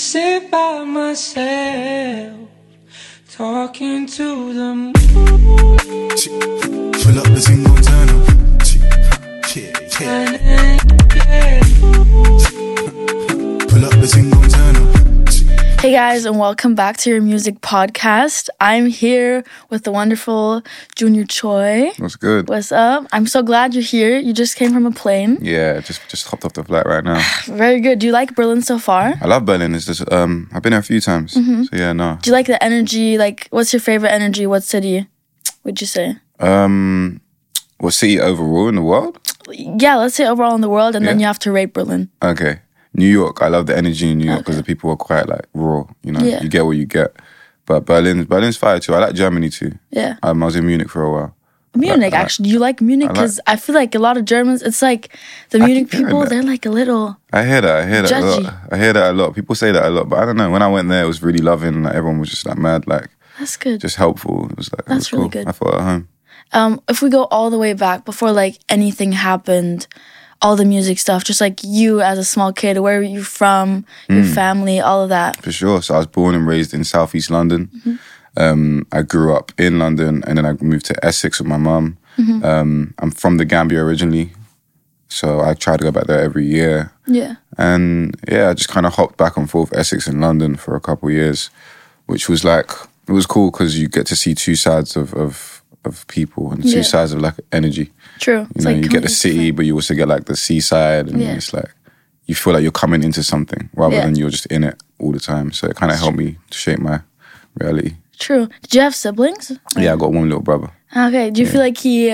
sit by myself, talking to the moon. Pull up the single turn up. Yeah, yeah. Pull up the single turn up. Hey guys, and welcome back to your music podcast. I'm here with the wonderful Junior Choi. What's good? What's up? I'm so glad you're here. You just came from a plane. Yeah, just just hopped off the flight right now. Very good. Do you like Berlin so far? I love Berlin. It's just um, I've been there a few times. Mm-hmm. So yeah, no. Do you like the energy? Like, what's your favorite energy? What city would you say? Um, what city overall in the world? Yeah, let's say overall in the world, and then Yeah. you have to rate Berlin. Okay, New York. I love the energy in New York because the people are quite like raw. You know, Yeah. you get what you get. But Berlin, Berlin's fire too. I like Germany too. Yeah. Um, I was in Munich for a while. Munich, actually. Do you like Munich? I like- Because I feel like a lot of Germans, it's like the Munich hearing people, that. they're like a little. I hear that. I hear that a lot. Judgy. I hear that a lot. People say that a lot, but I don't know. When I went there, it was really loving. Like everyone was just like mad, like That's good. just helpful. It was like it That's was really cool. good. I felt at home. um, if we go all the way back before like anything happened, all the music stuff, just like you as a small kid, where were you from, your Hmm. family, all of that. For sure. So I was born and raised in Southeast London. Um, I grew up in London, and then I moved to Essex with my mum. Um, I'm from the Gambia originally, so I try to go back there every year. Yeah. And yeah, I just kind of hopped back and forth Essex and London for a couple of years, which was like it was cool because you get to see two sides of of, of people and two Yeah. sides of like energy. True. You know, you get the city, but you also get like the seaside, and Yeah. it's like you feel like you're coming into something rather Yeah. than you're just in it all the time. So it kind of helped me shape my reality. True. Did you have siblings? Yeah, I got one little brother. Okay. Do you feel like he,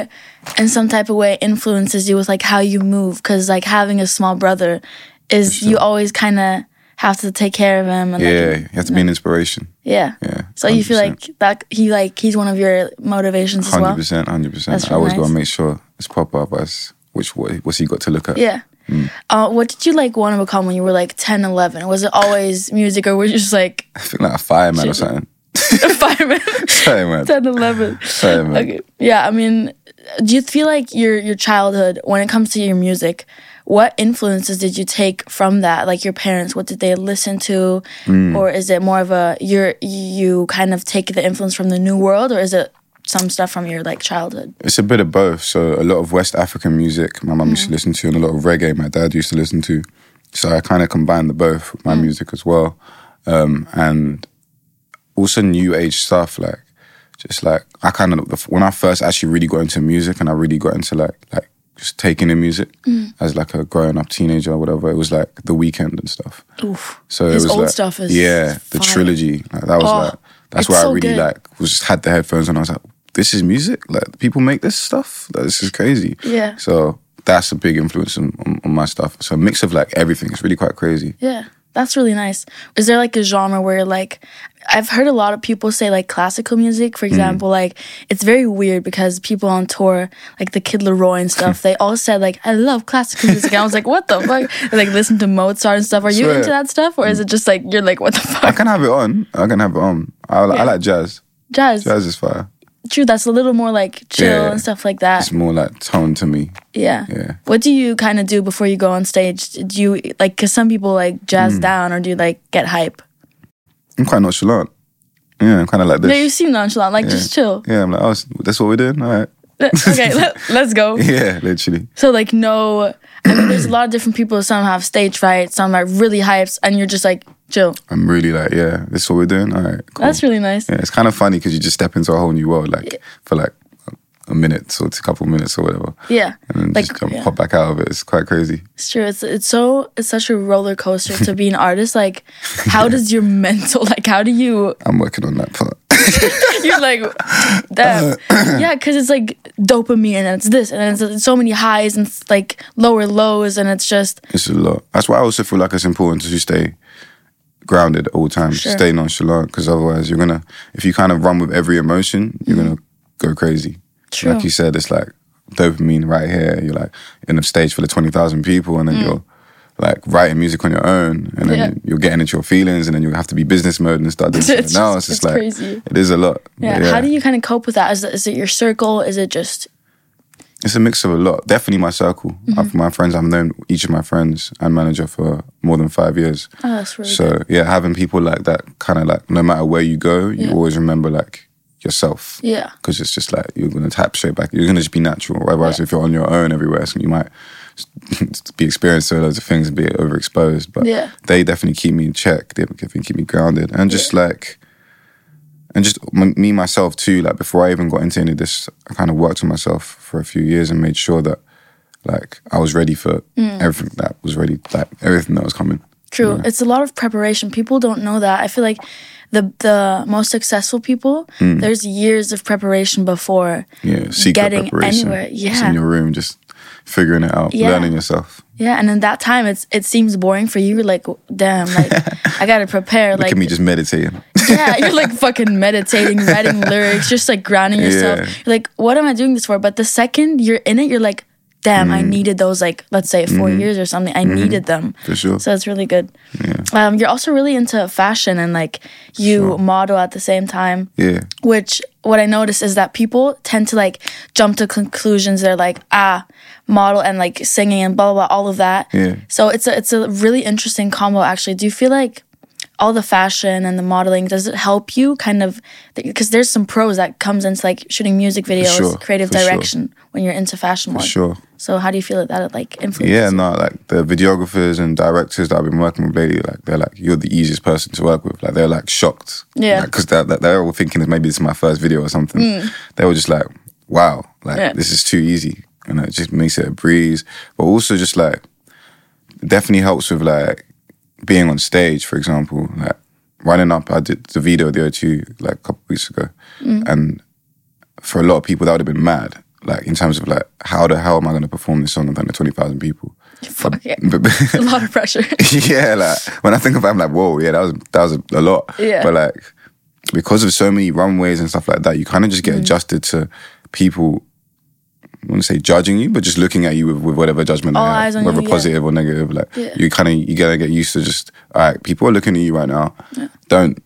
in some type of way, influences you with like how you move? Because like having a small brother is you always kind of have to take care of him. And, Yeah, Like, you have to be an inspiration. yeah. Yeah, So you feel like that he like he's one of your motivations as hundred well. percent, hundred That's percent. I really always nice. gotta make sure it's proper advice. Which what what's he got to look at? Yeah. Uh, what did you like want to become when you were like 10, 11? Was it always music or were you just like I think like a fireman or Shit. something. a fireman? Fireman, 10, 11. fireman. Okay. Yeah, I mean, do you feel like your your childhood when it comes to your music, what influences did you take from that? Like your parents, what did they listen to? Or is it more of a you're you kind of take the influence from the new world or is it some stuff from your like childhood? It's a bit of both. So a lot of West African music my mum used to listen to, and a lot of reggae my dad used to listen to. So I kind of combined the both with my music as well, um, and also new age stuff like just like I kind of when I first actually really got into music and I really got into like like just taking in music as like a growing up teenager or whatever. It was like The Weekend and stuff. Oof. So His it was old like, stuff is yeah, the fire. trilogy. Like, that was Oh, like that's it's where so I really good. like was just had the headphones and I was like, this is music. Like people make this stuff. Like, this is crazy. Yeah. So that's a big influence on, on, on my stuff. So a mix of like everything. It's really quite crazy. Yeah, that's really nice. Is there like a genre where like I've heard a lot of people say like classical music, for Mm. example, like it's very weird because people on tour, like the Kid Leroy and stuff, they all said like I love classical music. And I was like, what the fuck? They, like listen to Mozart and stuff. Are you Swear. into that stuff, or Mm. is it just like you're like what the I fuck? can have it on. I can have it on. I, li- Yeah. I like jazz. Jazz, Jazz is fire. true. That's a little more like chill Yeah. and stuff like that. It's more like tone to me. Yeah. yeah. What do you kind of do before you go on stage? Do you like because some people like jazz Mm. down, or do you like get hype? I'm quite nonchalant. Yeah, I'm kind of like No, you this. seem nonchalant, like just chill. yeah, I'm like, oh, that's what we're doing? All right. okay, let, let's go. Yeah, literally. So like no, I mean there's a lot of different people. Some have stage fright, some are really hyped, and you're just like chill. I'm really like, yeah, this is what we're doing? All right, cool. That's really nice. Yeah, it's kind of funny because you just step into a whole new world, like for like a minute or a couple minutes or whatever, Yeah, and then like just jump, yeah, pop back out of it. It's quite crazy. it's true. It's it's so it's such a roller coaster to be an artist. Like, how does your mental like? How do you I'm working on that part. you're like that? yeah, because it's like dopamine and it's this and it's, it's so many highs and it's like lower lows and it's just it's a lot. That's why I also feel like it's important to stay grounded at all times, Sure. stay nonchalant, because otherwise you're gonna, if you kind of run with every emotion, Mm. you're gonna go crazy. True. Like you said, it's like dopamine right here. You're like in a stage full of twenty thousand people, and then you're like writing music on your own, and then Mm. Yeah. you're getting into your feelings, and then you have to be business mode and start doing It's something just- else. It's, it's like crazy. it is a lot. yeah. But How do you kind of cope with that? Is is it your circle? Is it just it's a mix of a lot. Definitely my circle. Mm-hmm. Of my friends, I've known each of my friends and manager for more than five years. Oh, that's really So yeah, having people like that, kind of like no matter where you go, you Yeah. always remember like yourself. Yeah. Because it's just like you're gonna tap straight back. You're gonna just be natural. Whereas if you're on your own everywhere, so you might be experienced to loads of things and be overexposed. But Yeah. they definitely keep me in check. They definitely keep me grounded and just like. And just m- me myself too. Like before I even got into any of this, I kind of worked on myself for a few years and made sure that, like, I was ready for Mm. everything that was ready, like everything that was coming. True. It's a lot of preparation. People don't know that. I feel like the the most successful people, Mm. there's years of preparation before. Yeah, secret getting preparation. anywhere, Just yeah. in your room, just figuring it out, Yeah. learning yourself. Yeah, and in that time, it's it seems boring for you. You're like, damn, like I gotta prepare. Look like at me just meditating. yeah, you're like fucking meditating, writing lyrics, just like grounding yourself. Yeah. You're like, what am I doing this for? But the second you're in it, you're like, damn, Mm. I needed those like let's say 4 years or something. I needed them. Mm-hmm. For sure. So it's really good. Um, you're also really into fashion and like you model at the same time yeah. which what I notice is that people tend to like jump to conclusions. They're like, ah, model and like singing and blah blah, blah all of that. Yeah. So it's a it's a really interesting combo actually. Do you feel like all the fashion and the modeling does it help you kind of because there's some pros that comes into like shooting music videos, sure, creative for sure. direction when you're into fashion work. Sure. So how do you feel that that like influences? Yeah, you? no, like the videographers and directors that I've been working with lately, like they're like, you're the easiest person to work with. Like they're like shocked. Yeah. Because they're, like, they're all thinking that maybe this is my first video or something. They were just like, wow, like Yeah. this is too easy. And it just makes it a breeze. But also just like, it definitely helps with like being on stage, for example. Like running up, I did the video the O2 like a couple weeks ago. And for a lot of people, that would have been mad. Like in terms of like, how the hell am I going to perform this song in front of twenty thousand people? Fuck yeah. But- but- a lot of pressure. yeah, like when I think of it, I'm like, whoa, yeah, that was that was a lot. Yeah. But like because of so many runways and stuff like that, you kind of just Mm. get adjusted to people. I want to say judging you, but just looking at you with, with whatever judgment, All they have, eyes on whether you, yeah. positive or negative. Like Yeah. you kind of you gotta get used to just all right. People are looking at you right now. Don't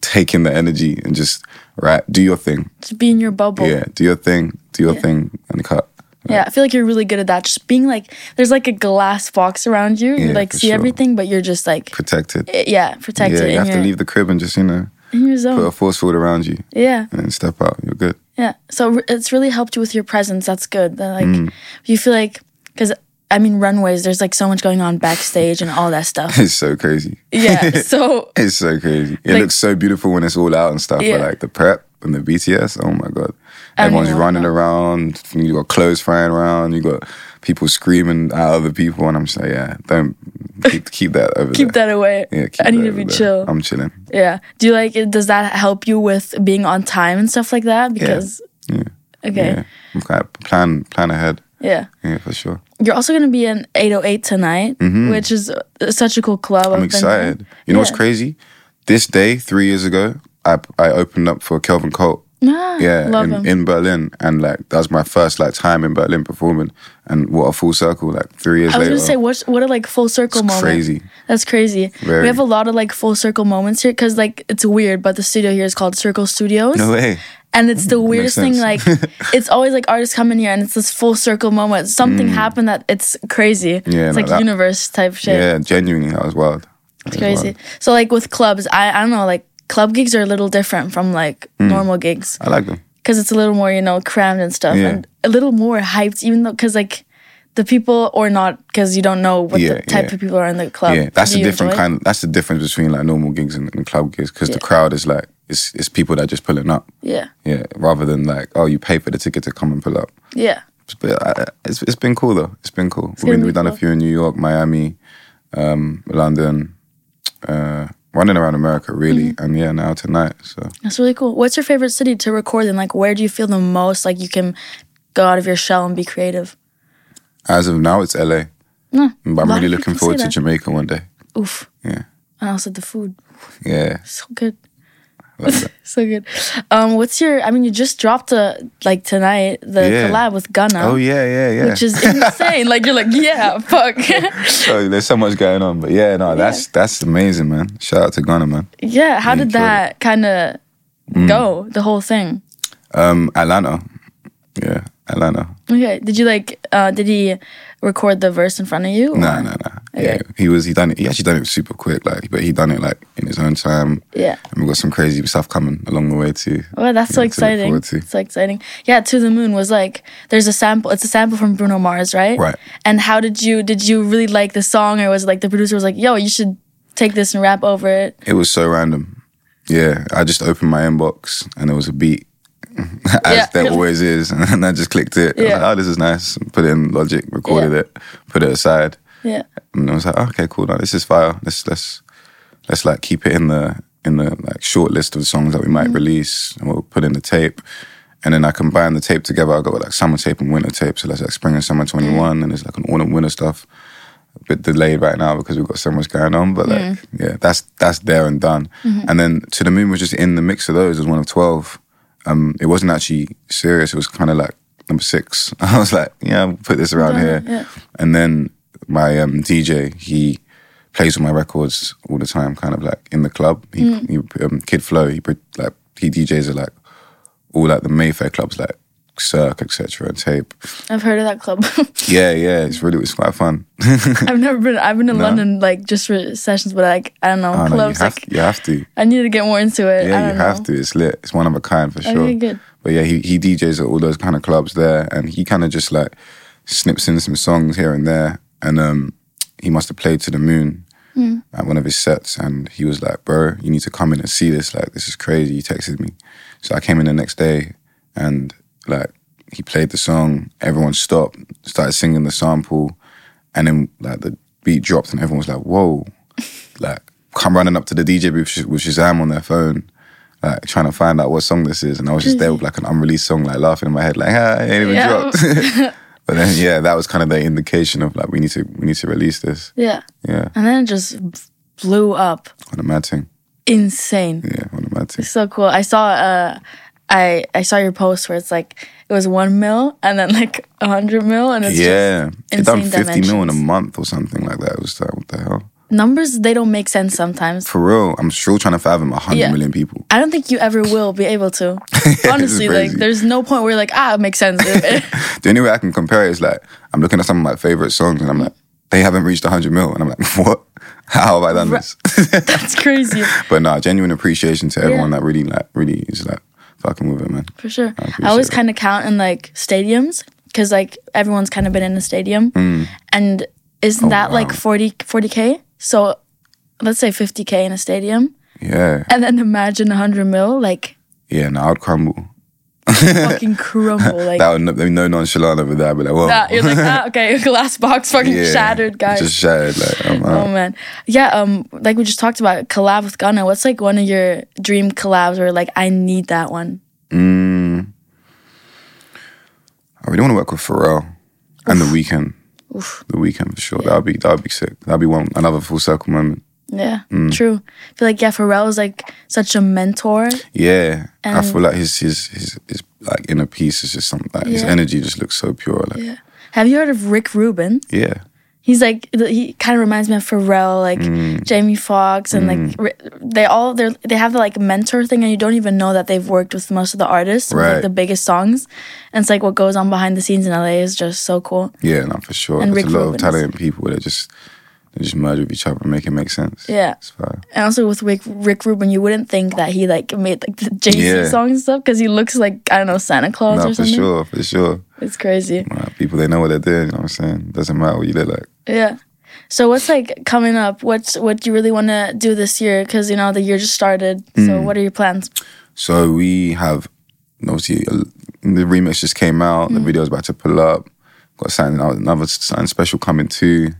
take in the energy and just right. Do your thing. to be in your bubble. Yeah, do your thing. Do your thing and cut. Yeah, I feel like you're really good at that. Just being like, there's like a glass box around you. you Yeah, like for see sure. everything, but you're just like, Protected. eh, yeah, protected yeah, you in, have your, to leave the crib and just you know in your zone. put a force field around you. yeah, and then step out. You're good. yeah. So r- it's really helped you with your presence. That's good. That, Like, Mm. you feel like, because I mean, runways, there's like so much going on backstage and all that stuff. It's so crazy. yeah. So It's so crazy. It Like- looks so beautiful when it's all out and stuff. Yeah. But like the prep and the BTS, oh my god, I don't everyone's even running wanna around. You got clothes flying around. You got people screaming at other people, and I'm just like, yeah, don't keep, keep that over keep there. that away. Yeah, keep I need to that Um, over be there. chill. I'm chilling. yeah. Do you like, does that help you with being on time and stuff like that? Because, Yeah. okay. Yeah. I'm kind of plan plan ahead. yeah. Yeah, for sure. You're also going to be in 808 tonight, which is uh, such a cool club. Mm-hmm. I'm excited. You know what's Yeah. crazy? This day, three years ago, I I opened up for Kelvin Colt. Ah, yeah love in, him. in berlin and like that was my first like time in berlin performing and what a full circle like three years I was later gonna say what what a like full circle moment. crazy That's crazy. Very. We have a lot of like full circle moments here because like it's weird, but the studio here is called Circle Studios, no way and it's the weirdest thing. Like sense. it's always like artists come in here, and it's this full circle moment. Something happened that it's crazy. Mm. Yeah, it's no, like that- universe type shit. yeah genuinely that was wild it's crazy. So like with clubs, I I don't know like. Club gigs are a little different from like Mm. normal gigs i like them because it's a little more you know crammed and stuff Yeah. and a little more hyped even though because like the people or not because you don't know what Yeah, the type yeah. of people are in the club yeah that's Do the you different enjoy it? kind that's the difference between like normal gigs and, and club gigs because the Yeah. crowd is like it's it's people that are just pulling up yeah yeah rather than like oh you pay for the ticket to come and pull up yeah but I, it's, it's been cool though it's been cool we've, gonna been, be we've done a cool. few in new york miami um london uh running around america really Mm-hmm. and yeah now tonight so that's really cool what's your favorite city to record in like where do you feel the most like you can go out of your shell and be creative As of now, it's LA. no But lot I'm really of looking people forward say to that. Jamaica one day. oof Yeah. and also the food Yeah. so good I like that. so good um what's your i mean you just dropped a like tonight the Yeah. collab with gunna oh, yeah, yeah, yeah. which is insane like you're like yeah fuck so Oh, there's so much going on. But yeah, no, that's that's amazing, man. Shout out to Ghana, man. Yeah, how Really did enjoyed Mm. that kind of go? The whole thing. Um, Atlanta. Yeah. Atlanta. Okay. Did you like? Uh, did he record the verse in front of you? No, or- no, no. Yeah, Okay. he was. He done it. He actually done it super quick, like, but he done it like in his own time. Yeah. and we got some crazy stuff coming along the way too. Well, that's so Yeah, to look exciting. forward to. So exciting. Yeah, To the Moon was like there's a sample. It's a sample from Bruno Mars, right? Right. And how did you did you really like the song, or was it like the producer was like, "Yo, you should take this and rap over it"? It was so random. Yeah, I just opened my inbox and there was a beat, as Yeah. there always is, and I just clicked it. I was Yeah. like, oh, this is nice. Put it in Logic, recorded Yeah. it, put it aside, Yeah. and I was like, oh, okay, cool. Now this is fire. Let's let's let's like keep it in the in the like short list of songs that we might release, and we'll put in the tape. And then I combined the tape together. I got like summer tape and winter tape. So that's like spring and summer 21, and it's like an autumn winter stuff. A bit delayed right now because we've got so much going on. But like, yeah, that's that's there and done. And then To the Moon was just in the mix of those as one of 12. Um, it wasn't actually serious. It was kind of like number six. I was like, yeah, I'll put this around here. yeah. And then my um, DJ, he plays with my records all the time, kind of like in the club. He, Mm. he um, Kid Flow, he put like he DJs at like all like the Mayfair clubs, like Cirque, etc. and Tape. I've heard of that club. Yeah, yeah, it's really it's quite fun. I've never been. I've been in London like just for sessions, but like I don't know I know, Oh, you clubs. have like you have to. I need to get more into it. I Yeah, don't you know. Oh, have to. It's lit. It's one of a kind for sure. Okay, good. But yeah, he, he DJs at all those kind of clubs there, and he kind of just like snips in some songs here and there. And um, he must have played to the moon at one of his sets, and he was like, "Bro, you need to come in and see this. Like, this is crazy." He texted me, so I came in the next day, and like he played the song. Everyone stopped, started singing the sample, and then like the beat dropped, and everyone was like, "Whoa!" like come running up to the DJ booth sh- with Shazam on their phone, like trying to find out what song this is. And I was just there with like an unreleased song, like laughing in my head, like, ah, it ain't even Yeah. dropped. but then yeah, that was kind of the indication of like we need to we need to release this. Yeah. Yeah. And then it just blew up. On a mad thing. Insane. Yeah, on a mad thing. So cool. I saw uh I I saw your post where it's like it was one mil and then like a hundred mil and it's yeah. It just done insane fifty mil in a dimensions. month or something like that. It was like, what the hell? just numbers they don't make sense sometimes. For real. I'm still trying to fathom hundred million Yeah. people. I don't think you ever will be able to. Honestly, like crazy. there's no point where you're like, ah, it makes sense. The only way I can compare it is like I'm looking at some of my favorite songs and I'm like, they haven't reached hundred mil and I'm like, what? How have I done this? That's crazy. But nah, genuine appreciation to everyone that really like really is like fucking with it, man. For sure. I, appreciate always it. kind of count in like stadiums because like everyone's kind of been in a stadium. Hmm. And isn't Oh, that like 40, 40K? So let's say 50K in a stadium. Yeah. And then imagine 100 mil, like Yeah, no, I'd crumble. fucking crumble. Like That that. would no, there'd be no nonchalant over there. I'd be like, whoa. You're like, ah, okay, glass box fucking Yeah. shattered, guys. Just uh, shattered. Like, I'm Oh out. man, yeah. Um, like we just talked about collab with Ghana. What's like one of your dream collabs where like I need that one? Mm. I really want to work with Pharrell and The Weekend. The Weekend for sure. That would be that would be sick. That'd be one another full circle moment. Yeah, Mm. true. I feel like yeah, Pharrell is like such a mentor. Yeah, I feel like his his his his like inner peace is just something. Like, His Yeah. energy just looks so pure. Like, yeah. Have you heard of Rick Rubin? He's like th- he kind of reminds me of Pharrell, like Mm. Jamie Foxx, and like Ri- they all they they have like mentor thing, and you don't even know that they've worked with most of the artists, with, Right. like the biggest songs, and it's like what goes on behind the scenes in LA is just so cool. yeah, no, for sure. And There's Rick a lot Rubin is- of talented people that just they just merge with each other and make it make sense. Yeah. it's fire. And also with Rick, Rick Rubin, you wouldn't think that he like made like the Jay Z Yeah. songs and stuff because he looks like I don't know Santa Claus No, or for something. sure, for sure. It's crazy. Like, people they know what they're doing. You know what I'm saying? Doesn't matter what you look like. Yeah. So what's like coming up? What's what you really want to do this year? Because you know the year just started. Mm. So what are your plans? So we have obviously uh, the remix just came out. Mm. The video's about to pull up. Got something out- another something special coming too,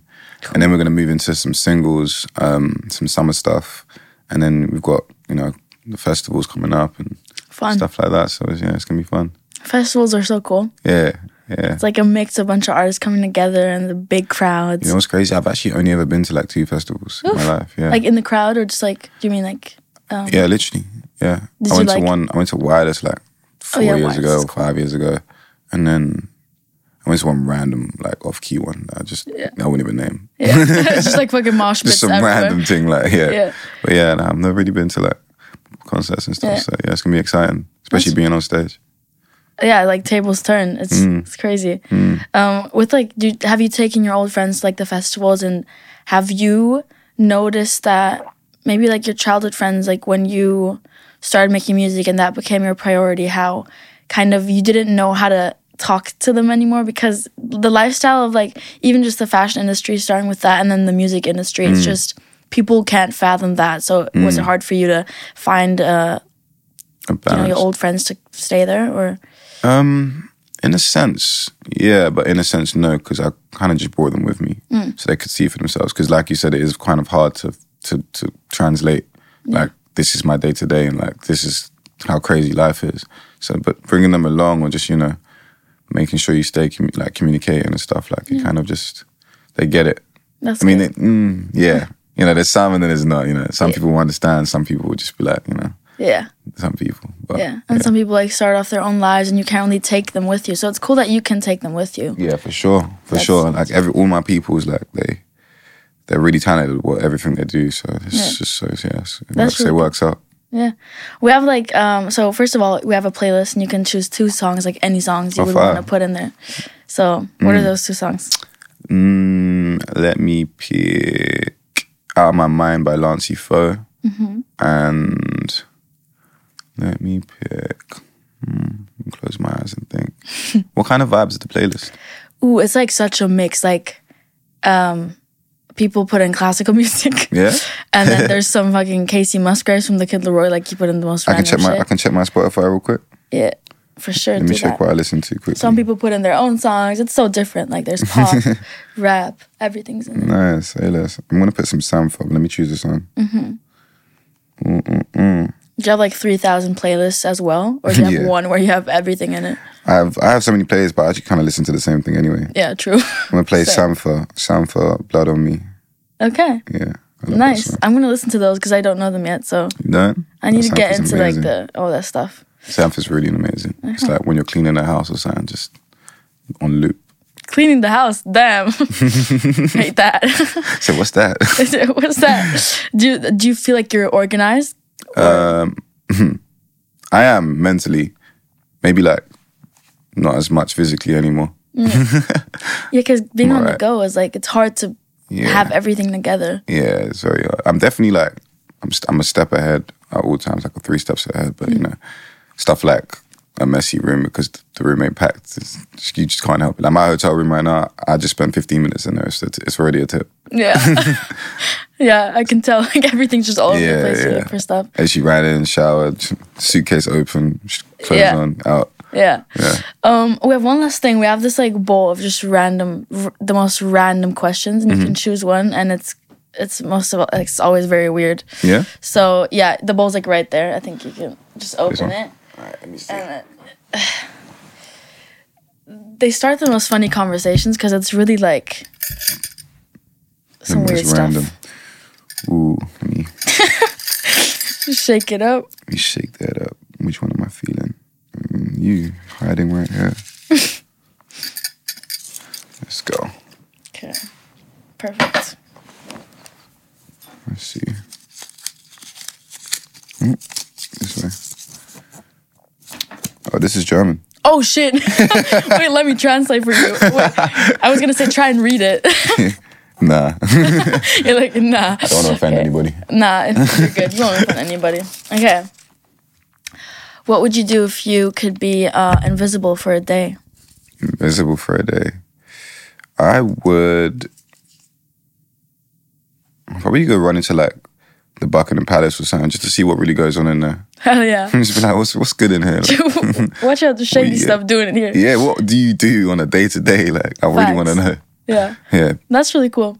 and then we're gonna move into some singles, um, some summer stuff, and then we've got you know the festivals coming up and Fun stuff like that. So yeah, it's gonna be fun. festivals are so cool. Yeah, yeah. It's like a mix of a bunch of artists coming together and the big crowds, You know what's crazy? I've actually only ever been to like two festivals in my life. Yeah, like in the crowd or just like do you mean like um, oh, Yeah, literally. Yeah. Did I you went to like- one I went to Wireless like four Oh, yeah, years Wireless ago, is five years ago. And then I went to one random, like off key one. that I just I wouldn't even name. it's just like fucking mosh pits Just some everywhere. random thing, like yeah. Yeah. But yeah, nah, I've never really been to like concerts and stuff. Yeah. So yeah, it's gonna be exciting. Especially being on stage. yeah, like tables turn. It's Mm. it's crazy. Um, with like, do have you taken your old friends to, like the festivals, and have you noticed that maybe like your childhood friends, like when you started making music and that became your priority, how kind of you didn't know how to talk to them anymore because the lifestyle of like even just the fashion industry, starting with that, and then the music industry, it's Mm. just people can't fathom that. So was it hard for you to find uh, you know, your old friends to stay there or? Um, In a sense, yeah, but in a sense, no, because I kind of just brought them with me, so they could see for themselves. Because, like you said, it is kind of hard to to to translate. Like this is my day to day, and like this is how crazy life is. So, but bringing them along, or just you know, making sure you stay commu- like communicating and stuff, like it kind of just they get it. That's I mean, good. it, mm, yeah, you know, there's some and then there's not. You know, some people will understand, some people will just be like, you know, yeah, some people. But, yeah. And some people like start off their own lives, and you can't really take them with you. So it's cool that you can take them with you. Yeah, for sure, for That's- sure. Like every all my people's like they they're really talented at what everything they do. So it's just so yeah, so it works, really it works out. Yeah, we have like um. So first of all, we have a playlist, and you can choose two songs, like any songs you Oh, would fire. want to put in there. So what are those two songs? Mm, let me pick Out of My Mind by Lancey Foe. Mm-hmm. And let me pick. Mm, close my eyes and think. what kind of vibes is the playlist? Ooh, it's like such a mix. Like, um, people put in classical music. Yeah, And then there's some fucking Casey Musgraves from the Kid Leroy, like he put in the most I can random check my shit. I can check my Spotify real quick. yeah, for sure. Let me do check that. what I listen to quickly. Some people put in their own songs. It's so different. Like there's pop, rap, everything's in there. Nice, say less. I'm gonna put some sound for. Let me choose a song. Do you have like three thousand playlists as well, or do you have Yeah. one where you have everything in it? I have I have so many players, but I actually kind of listen to the same thing anyway. Yeah, true. I'm gonna play Same. Sampha, Sampha, Blood on Me. okay, Yeah, I love that nice. song. I'm gonna listen to those because I don't know them yet. So You don't? I need That to get Sampha's into amazing. like the all that stuff. Sampha's really amazing. It's like when you're cleaning the house or something, just on loop. Cleaning the house, damn, hate that. So what's that? What's that? Do you, do you feel like you're organized? I am mentally, maybe like not as much physically anymore. Yeah, because being on the Right. go is like it's hard to Yeah. have everything together. Yeah, it's very. hard. I'm definitely like I'm. St- I'm a step ahead at all times, like three steps ahead. But you Mm. know, stuff like a messy room because th- the room ain't packed. It's, you just can't help it. Like my hotel room right now, I just spent 15 minutes in there, so it's, it's already a tip. Yeah, yeah, I can tell. Like everything's just all over Yeah, the place yeah. yeah. for stuff. And she ran in, showered, suitcase open, sh- clothes Yeah. on, out. Yeah. Yeah. Um, we have one last thing. We have this like bowl of just random, r- the most random questions, and you Mm-hmm. can choose one, and it's it's most of all, it's always very weird. Yeah. So yeah, the bowl's like right there. I think you can just open one? it. And it- they start the most funny conversations because it's really like some It weird was stuff. Ooh, let me, Just shake it up. let me shake that up. Which one am I feeling? Mm, you hiding right here. Let's go. Okay, perfect. Let's see. Mm, This way. Oh, this is German. Oh shit! Wait, let me translate for you. Wait, I was gonna say try and read it. Nah, I You're like, nah. don't want to offend anybody. Nah, it's you're good. You won't offend anybody. Okay. What would you do if you could be uh, invisible for a day? Invisible for a day. I would I'd probably go run into like the Buckingham Palace or something just to see what really goes on in there. Hell yeah. just be like, what's what's good in here? Like, Watch out the shady yeah. stuff doing it here. uh, yeah, what do you do on a day to day? Like, I really want to know. Yeah. Yeah, That's really cool.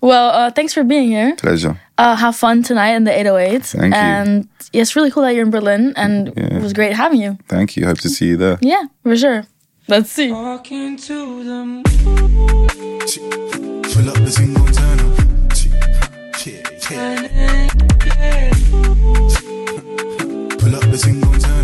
well, uh, thanks for being here. pleasure. Uh, have fun tonight in the 808s. Thank you. And yeah, it's really cool that you're in Berlin and Yeah. it was great having you. Thank you. Hope to see you there. Yeah, for sure. Let's see. Talking to them. Fill up the single turn up. Yeah, yeah. Pull up the single turn